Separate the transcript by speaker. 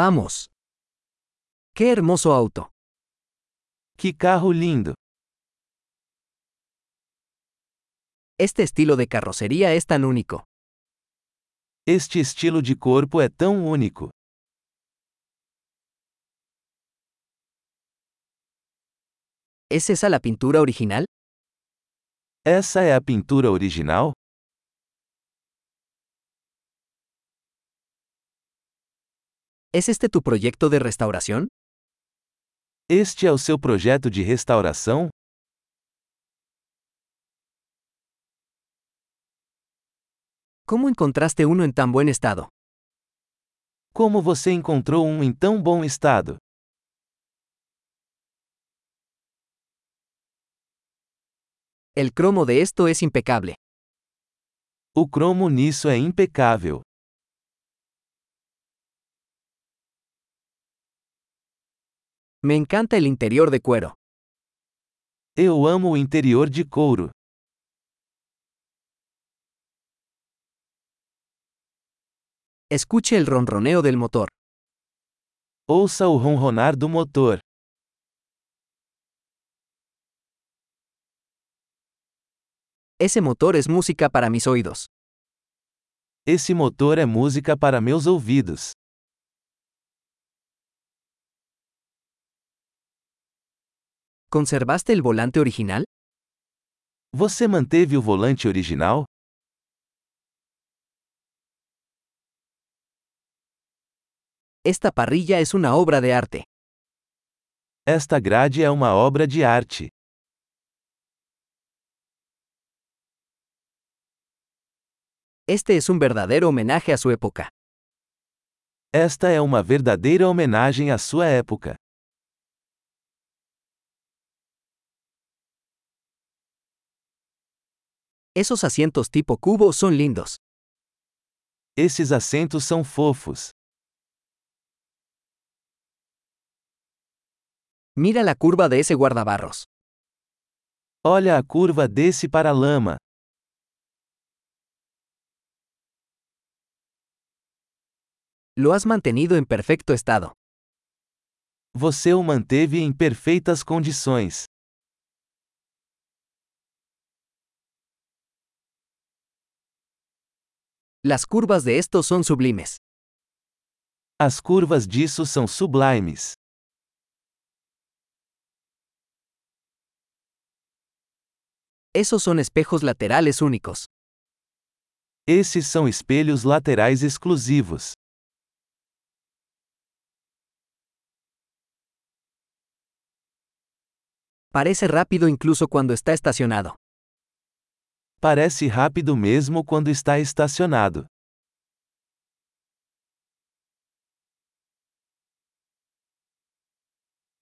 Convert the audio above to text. Speaker 1: Vamos. Qué hermoso auto.
Speaker 2: Que carro lindo!
Speaker 1: Este estilo de carrocería es tan único.
Speaker 2: Este estilo de corpo é tão único.
Speaker 1: ¿Es esa la pintura original?
Speaker 2: Essa é a pintura original?
Speaker 1: ¿Es este tu proyecto de restauración?
Speaker 2: Este é o seu projeto de restauração?
Speaker 1: ¿Cómo encontraste uno en tan buen estado?
Speaker 2: Como você encontrou um em tão bom estado?
Speaker 1: El cromo de esto es impecable.
Speaker 2: O cromo nisso é impecável.
Speaker 1: Me encanta el interior de cuero.
Speaker 2: Eu amo o interior de couro.
Speaker 1: Escuche el ronroneo del motor.
Speaker 2: Ouça o ronronar do motor.
Speaker 1: Ese motor es música para mis oídos.
Speaker 2: Esse motor é música para meus ouvidos.
Speaker 1: ¿Conservaste el volante original?
Speaker 2: Você manteve o volante original?
Speaker 1: Esta parrilla es una obra de arte.
Speaker 2: Esta grade é uma obra de arte.
Speaker 1: Este es un verdadero homenaje a su época.
Speaker 2: Esta é uma verdadeira homenagem à sua época.
Speaker 1: Esos asientos tipo cubo son lindos.
Speaker 2: Esses assentos são fofos.
Speaker 1: Mira la curva de ese guardabarros.
Speaker 2: Olha a curva desse para-lama.
Speaker 1: Lo has mantenido en perfecto estado.
Speaker 2: Você o manteve em perfeitas condições.
Speaker 1: Las curvas de estos son sublimes.
Speaker 2: As curvas disso são sublimes.
Speaker 1: Esos son espejos laterales únicos.
Speaker 2: Esses são espelhos laterais exclusivos.
Speaker 1: Parece rápido incluso cuando está estacionado.
Speaker 2: Parece rápido mesmo quando está estacionado.